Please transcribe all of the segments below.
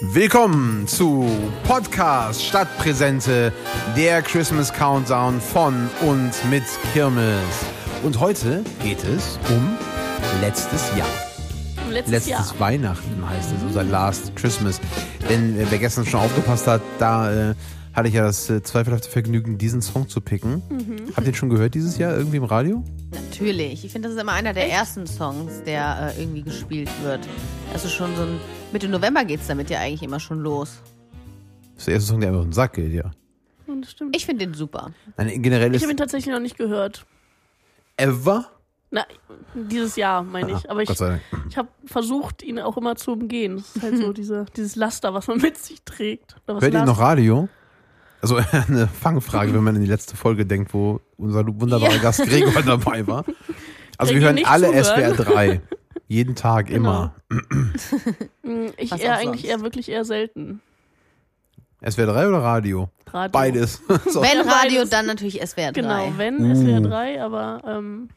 Willkommen zu Podcast Stadtpräsente, der Christmas Countdown von und mit Kirmes. Und heute geht es um letztes Jahr. Letztes, Letztes Jahr. Weihnachten heißt es, unser Last Christmas. Denn äh, wer gestern schon aufgepasst hat, da äh, hatte ich ja das äh, zweifelhafte Vergnügen, diesen Song zu picken. Mhm. Habt ihr den schon gehört dieses Jahr irgendwie im Radio? Natürlich. Ich finde, das ist immer einer der ersten Songs, der äh, irgendwie gespielt wird. Also schon so ein. Mitte November geht's damit ja eigentlich immer schon los. Das ist der erste Song, der einfach auf den Sack geht, ja. Ja, das stimmt. Ich finde den super. Nein, generell Ich ist habe ihn tatsächlich noch nicht gehört. Ever. Ah, Na, dieses Jahr meine ich. Aber ich, Gott sei Dank. ich habe versucht, ihn auch immer zu umgehen. Das ist halt so diese, dieses Laster, was man mit sich trägt. Oder was Hört ihr Last- noch Radio? Also eine Fangfrage, wenn man in die letzte Folge denkt, wo unser wunderbarer Ja. Gast Gregor dabei war. Also wir Der ging hören nicht Genau. alle zuhören. SWR 3. Jeden Tag, immer. Hm, Ich Was eher auch eigentlich sonst. eher wirklich eher selten. SWR 3 oder Radio? Radio. Beides. So. Wenn Ja, Radio, beides. dann natürlich SWR 3. Genau, wenn Uh. es wäre drei, aber ähm,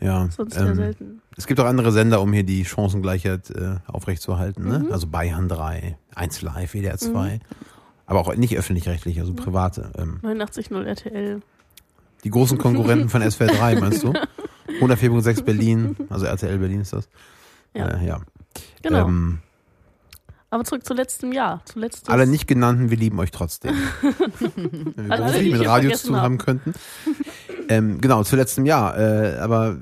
Ja, sonst eher ähm, selten. es gibt auch andere Sender, um hier die Chancengleichheit äh, aufrechtzuerhalten. Ne? Mhm. Also Bayern 3, 1 Live, WDR 2. Aber auch nicht öffentlich-rechtlich, also private. Ähm, 89.0 RTL. die großen Konkurrenten von SWR 3, meinst du? 104.6 Berlin, also RTL Berlin ist das. Ja. Äh, ja. Genau. Ähm, aber zurück zu letztem Jahr. Zu letztes Alle nicht genannten, wir lieben euch trotzdem. Wenn wir Alle, die beruflich ich mit Radio hier zu vergessen tun haben könnten. Ähm, genau, zu letztem Jahr. Äh, aber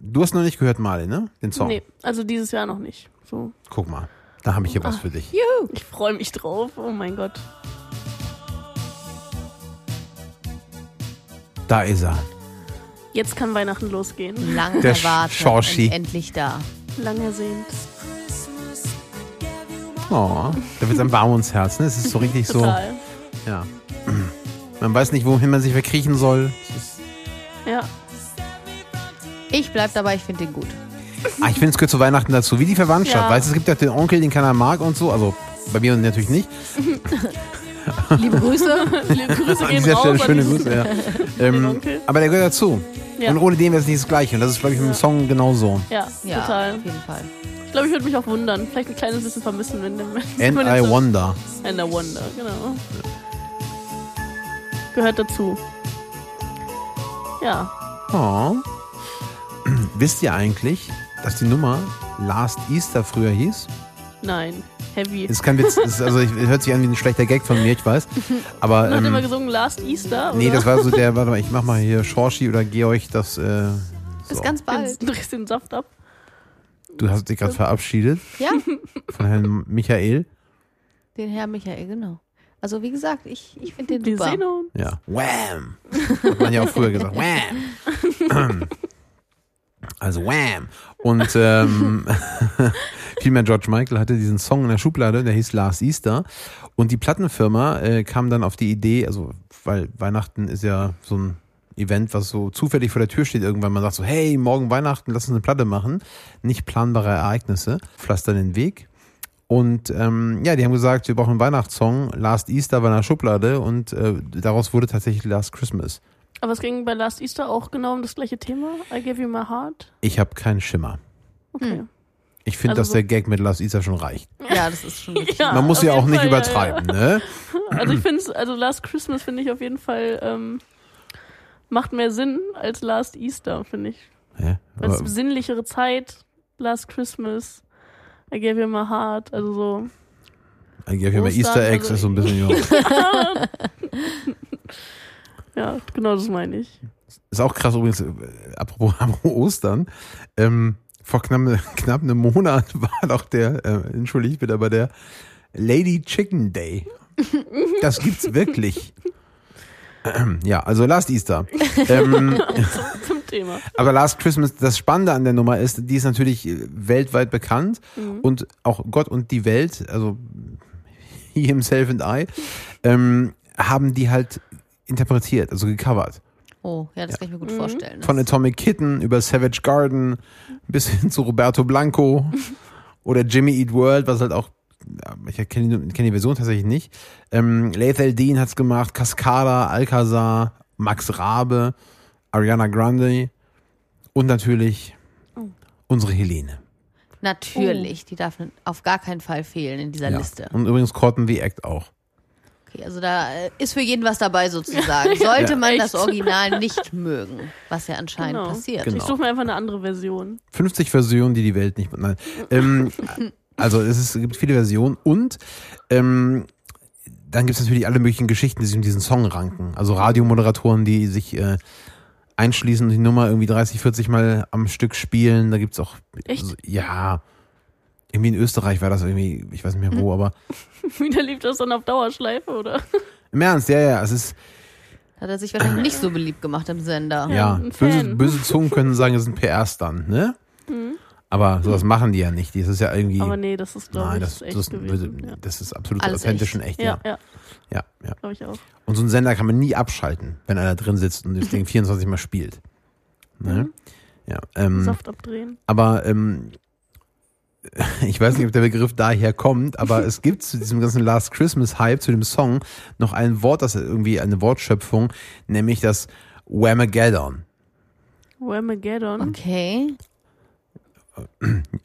du hast noch nicht gehört, Marley, ne? Den Song. Nee, also dieses Jahr noch nicht. So. Guck mal, da habe ich hier was Ah, für dich. Ich freue mich drauf. Oh mein Gott. Da ist er. Jetzt kann Weihnachten losgehen. Lange Der erwartet. Schorschi. und Endlich da. Lang ersehnt. Oh, da wird einem warm ums Herz, ne? Es ist so richtig so. Total. Ja. Man weiß nicht, wohin man sich verkriechen soll. Ja. Ich bleib dabei, ich finde den gut. Ah, ich finde, es gehört zu Weihnachten dazu, wie die Verwandtschaft. Ja. Weißt du, es gibt ja den Onkel, den keiner mag und so. Also bei mir natürlich nicht. Liebe Grüße. Liebe Grüße An gehen dieser raus. Stelle schöne an diesen- Grüße. Ja. Ähm, Onkel. aber der gehört dazu. Ja. Und ohne den wäre es nicht das Gleiche. Und das ist, glaube ich, mit dem Song genauso. Ja, Ja, total. auf jeden Fall. Ich glaube, ich würde mich auch wundern. Vielleicht ein kleines bisschen vermissen, wenn der And I Wonder. And I wonder, genau. Gehört dazu. Ja. Oh. Wisst ihr eigentlich, dass die Nummer Last Easter früher hieß? Nein. Heavy. Ist kein Witz. Ist, also, ich, hört sich an wie ein schlechter Gag von mir, ich weiß. Aber. Man hat immer Ähm, gesungen Last Easter. nee, oder? das war so der. Warte mal, ich mach mal hier Schorschi oder Georg das. Äh, Bis so. ganz bald. Du drehst den Saft ab. Du hast dich gerade verabschiedet Ja, von Herrn Michael. den Herr Michael, genau. Also wie gesagt, ich, ich finde den Wir super. sehen uns. Ja. Wham! Hat man ja auch früher gesagt. Wham! Also Wham! Und ähm, vielmehr George Michael hatte diesen Song in der Schublade, der hieß Last Easter. Und die Plattenfirma äh, kam dann auf die Idee, also weil Weihnachten ist ja so ein Event, was so zufällig vor der Tür steht irgendwann. Man sagt so, hey, morgen Weihnachten, lass uns eine Platte machen. Nicht planbare Ereignisse pflastern den Weg. Und ähm, ja, die haben gesagt, wir brauchen einen Weihnachtssong. Last Easter war in der Schublade und äh, daraus wurde tatsächlich Last Christmas. Aber es ging bei Last Easter auch genau um das gleiche Thema. I gave you my heart. Ich habe keinen Schimmer. Okay. Hm. Ich finde, Also dass so- der Gag mit Last Easter schon reicht. Ja, das ist schon wirklich. Ja, Man muss auf ja auch jeden nicht Fall, ja, übertreiben, ne? Ja. Also ich finde also Last Christmas finde ich auf jeden Fall ähm, macht mehr Sinn als Last Easter, finde ich. Ja, Als aber besinnlichere Zeit, Last Christmas, I gave you my heart, also so. I gave you my Ostern, Easter Eggs also- ist so ein bisschen. Ja. Ja, genau das meine ich. Ist auch krass übrigens, äh, apropos, apropos Ostern. Ähm, vor knapp, knapp einem Monat war doch der, äh, entschuldigt bitte, aber der Lady Chicken Day. Das gibt's wirklich. Ähm, Ja, also Last Easter. Ähm, Zum, zum Thema. Aber Last Christmas, das Spannende an der Nummer ist, die ist natürlich äh, weltweit bekannt und auch Gott und die Welt, also He Himself and I, ähm, haben die halt interpretiert, also gecovert. Oh, ja, das kann ich mir gut vorstellen. Von Atomic Kitten über Savage Garden bis hin zu Roberto Blanco oder Jimmy Eat World, was halt auch, ja, ich kenne die, kenn die Version tatsächlich nicht. Ähm, Lethal Dean hat's gemacht, Cascada, Alcazar, Max Rabe, Ariana Grande und natürlich unsere Helene. Natürlich, die darf auf gar keinen Fall fehlen in dieser Ja. Liste. Und übrigens Cotton the Act auch. Okay, also da äh, ist für jeden was dabei sozusagen. Sollte Ja. man Echt. das Original nicht mögen, was ja anscheinend Genau. passiert. Genau. Ich suche mir einfach eine andere Version. 50 Versionen, die die Welt nicht. Nein. Ähm, also es, ist, es gibt viele Versionen und ähm, dann gibt es natürlich alle möglichen Geschichten, die sich um diesen Song ranken. Also Radiomoderatoren, die sich äh, einschließen und die Nummer irgendwie 30, 40 Mal am Stück spielen. Da gibt es auch. Echt? Also, ja. Irgendwie in Österreich war das irgendwie, ich weiß nicht mehr Hm. wo, aber Wieder lief das dann auf Dauerschleife, oder? im Ernst, ja, ja, es ist, Hat er sich wahrscheinlich nicht so beliebt gemacht im Sender. ja, ein böse, Fan. Hm. böse Zungen können sagen, es ist ein PR-Stunt, ne? Aber sowas machen die ja nicht. Das ist ja irgendwie. Aber nee, das ist, glaube Nein, ich, das, echt das, würde, gewesen. Ja. das ist absolut Alles authentisch echt. und echt, Ja, ja. ja, Ja, ja. glaube ich auch. Und so einen Sender kann man nie abschalten, wenn einer drin sitzt und das Ding 24 Mal spielt. Mhm. Ne? Ja, ähm, Saft abdrehen. aber ähm, ich weiß nicht, ob der Begriff daher kommt, aber es gibt zu diesem ganzen Last Christmas Hype, zu dem Song, noch ein Wort, das irgendwie eine Wortschöpfung, nämlich das Whamageddon. Whamageddon. Okay.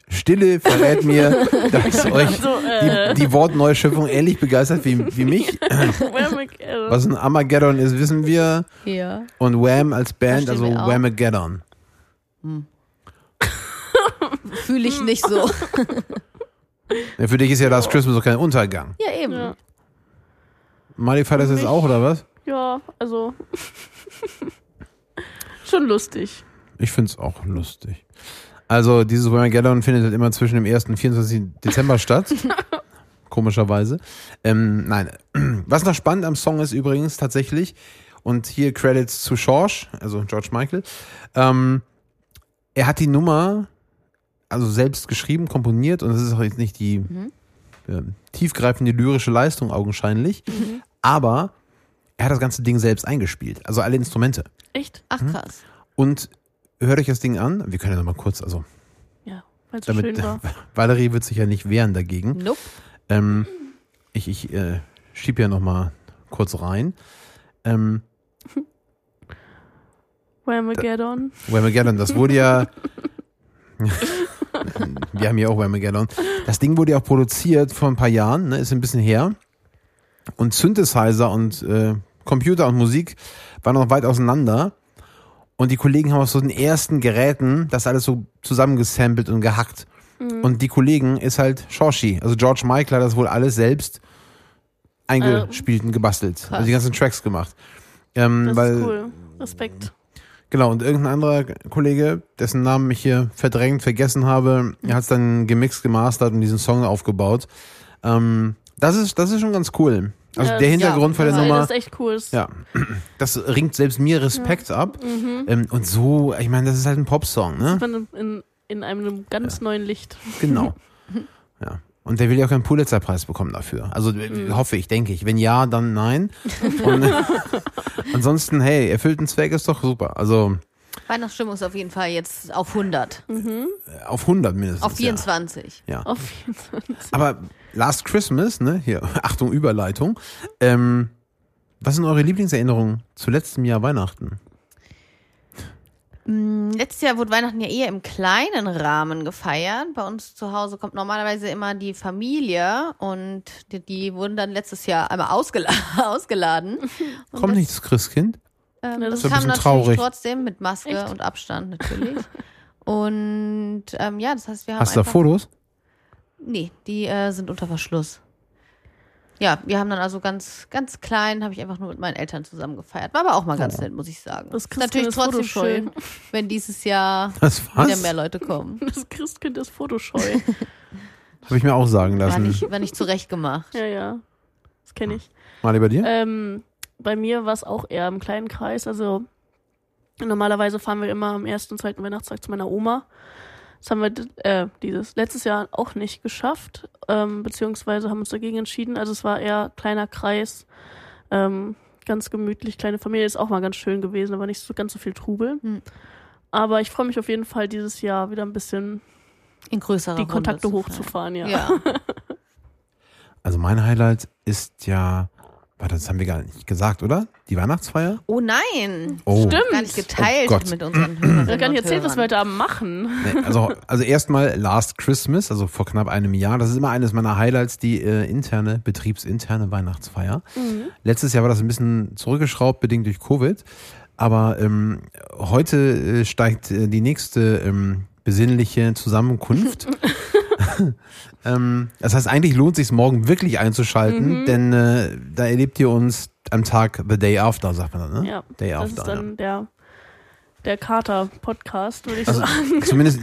Stille verrät mir, dass euch So, äh, die, die Wortneuschöpfung ähnlich begeistert wie, wie mich. Whamageddon. Was ein Armageddon ist, wissen wir. Ja. Und Wham als Band, Verstehen also wir auch. Whamageddon. Fühle ich nicht so. Ja, für dich ist ja Last Christmas auch kein Untergang. Ja, eben. Ja. Mali feiert das Für jetzt mich- auch, oder was? Ja, also. Schon lustig. Ich find's auch lustig. Also, dieses Whamageddon findet halt immer zwischen dem 1. und 24. Dezember statt. Komischerweise. Ähm, nein. Was noch spannend am Song ist übrigens tatsächlich, und hier Credits zu George, also George Michael, ähm, er hat die Nummer also selbst geschrieben, komponiert und das ist auch jetzt nicht die ähm, tiefgreifende lyrische Leistung augenscheinlich, aber er hat das ganze Ding selbst eingespielt, also alle Instrumente. Echt? Hm? Ach krass. Und hört euch das Ding an, wir können ja nochmal kurz, also Ja, weil es so damit, schön war. Valerie wird sich ja nicht wehren dagegen. Nope. Ähm, ich ich äh, schieb ja nochmal kurz rein. Ähm, Whamageddon. Whamageddon, das wurde ja. Wir haben ja auch Whamageddon. Das Ding wurde ja auch produziert vor ein paar Jahren, ne? ist ein bisschen her. Und Synthesizer und äh, Computer und Musik waren noch weit auseinander. Und die Kollegen haben auf so den ersten Geräten das alles so zusammengesampelt und gehackt. Mhm. Und die Kollegen ist halt Shoshi, also George Michael hat das wohl alles selbst Ähm. eingespielt und gebastelt. Also die ganzen Tracks gemacht. Ähm, Das weil ist cool. Respekt. Genau, und irgendein anderer Kollege, dessen Namen ich hier verdrängt, vergessen habe, Mhm. hat es dann gemixt, gemastert und diesen Song aufgebaut. Ähm, das, ist, das ist schon ganz cool. Also Ja, der Hintergrund ja, für der Weil Nummer, das echt cool ist. Mhm. ja, das ringt selbst mir Respekt ab. Ähm, und so, ich meine, das ist halt ein Popsong, ne? Man in, in einem ganz neuen Licht. Genau. ja. Und der will ja auch keinen Pulitzer-Preis bekommen dafür. Also äh, Mhm. hoffe ich, denke ich. Wenn ja, dann nein. Und, ansonsten, hey, erfüllten Zweck ist doch super. Also Weihnachtsstimmung ist auf jeden Fall jetzt auf 100. auf 100 mindestens. Auf ja. 24. Ja. Auf jeden Fall. Aber Last Christmas, ne? Hier, Achtung, Überleitung. Ähm, was sind eure Lieblingserinnerungen zu letztem Jahr Weihnachten? Mm, Letztes Jahr wurde Weihnachten ja eher im kleinen Rahmen gefeiert. Bei uns zu Hause kommt normalerweise immer die Familie und die, die wurden dann letztes Jahr einmal ausgela ausgeladen. Und Kommt das, nicht das Christkind? Ähm, Ja, das das ist ein kam bisschen natürlich traurig. trotzdem mit Maske Echt? und Abstand natürlich. und ähm, ja, das heißt, wir haben Hast du da einfach- Fotos? Nee, die äh, sind unter Verschluss. Ja, wir haben dann also ganz, ganz klein, habe ich einfach nur mit meinen Eltern zusammen gefeiert. War aber auch mal ganz nett, muss ich sagen. Das Christkind Natürlich ist trotzdem fotoscheu. schön, wenn dieses Jahr Das wieder war's. mehr Leute kommen. Das Christkind ist fotoscheu. Habe ich mir auch sagen War lassen. nicht, war nicht zurecht gemacht. ja, ja. Das kenne ich. Mali bei Hm? Äh. dir? Ähm, bei mir war es auch eher im kleinen Kreis. Also normalerweise fahren wir immer am ersten und zweiten Weihnachtstag zu meiner Oma. Das haben wir d- äh, dieses letztes Jahr auch nicht geschafft, ähm, beziehungsweise haben uns dagegen entschieden. Also es war eher kleiner Kreis, ähm, ganz gemütlich, kleine Familie ist auch mal ganz schön gewesen, aber nicht so ganz so viel Trubel. Hm. Aber ich freue mich auf jeden Fall dieses Jahr wieder ein bisschen In größerer die Runde Kontakte zu feiern. hochzufahren, ja. Ja. Also mein Highlight ist ja Warte, das haben wir gar nicht gesagt, oder? Die Weihnachtsfeier? Oh nein. Oh. Stimmt. Gar nicht geteilt Oh Gott. mit unseren Hörerinnen. Ich habe gar nicht und erzählt, was wir Hörern. heute Abend machen. Nee, also, also erstmal Last Christmas, also vor knapp einem Jahr. Das ist immer eines meiner Highlights, die äh, interne, betriebsinterne Weihnachtsfeier. Mhm. Letztes Jahr war das ein bisschen zurückgeschraubt, bedingt durch Covid. Aber ähm, heute äh, steigt äh, die nächste ähm, besinnliche Zusammenkunft. ähm, das heißt, eigentlich lohnt es sich morgen wirklich einzuschalten, Mhm. denn äh, da erlebt ihr uns am Tag The Day After, sagt man dann, ne? Ja, Day das After. ist ja. dann der, der Kater-Podcast, würde ich Also, sagen. zumindest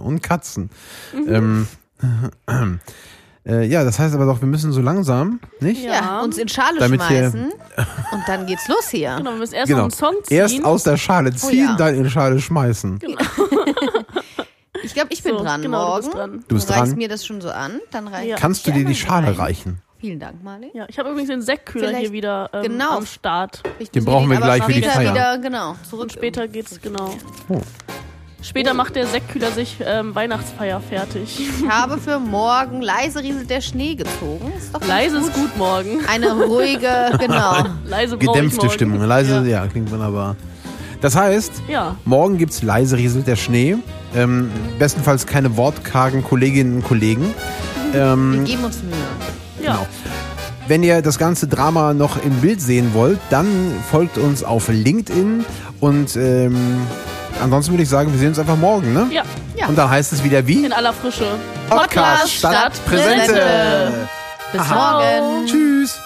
und Katzen. Mhm. Ähm, äh, ja, das heißt aber doch, wir müssen so langsam, nicht? Ja. Ja, uns in Schale Damit wir- schmeißen. Und dann geht's los hier. Genau, wir müssen erst Genau. noch einen Song ziehen. Oh Genau. Erst aus der Schale ziehen, ja. dann in die Schale schmeißen. Ich glaube, ich bin So, dran genau, du morgen. bist dran. Du bist reichst dran. mir das schon so an, dann reicht. Ja. Kannst du dir die Schale reichen? Vielen Dank, Marley. Ja, ich habe übrigens den Sektkühler Vielleicht- hier wieder ähm, genau. am Start. Ich Den muss brauchen wir aber gleich für die später Feier. Wieder, genau, zurück. Und später geht's genau. Oh. Oh. Später macht der Sektkühler sich ähm, Weihnachtsfeier fertig. Ich habe für morgen leise rieselt der Schnee gezogen. Ist doch ganz Leise gut. ist gut morgen. Eine ruhige, genau. Leise brauche ich Gedämpfte morgen. Stimmung, leise, ja. klingt wunderbar. Das heißt, Ja. morgen gibt's leise rieselt der Schnee. Ähm, bestenfalls keine wortkargen Kolleginnen und Kollegen. Wir geben uns Mühe. ja. ja. Genau. Wenn ihr das ganze Drama noch im Bild sehen wollt, dann folgt uns auf LinkedIn und ähm, ansonsten würde ich sagen, wir sehen uns einfach morgen, ne? Ja, Ja. Und dann heißt es wieder wie? in aller Frische. Podcast statt Präsente. Bis Ciao. morgen. Tschüss.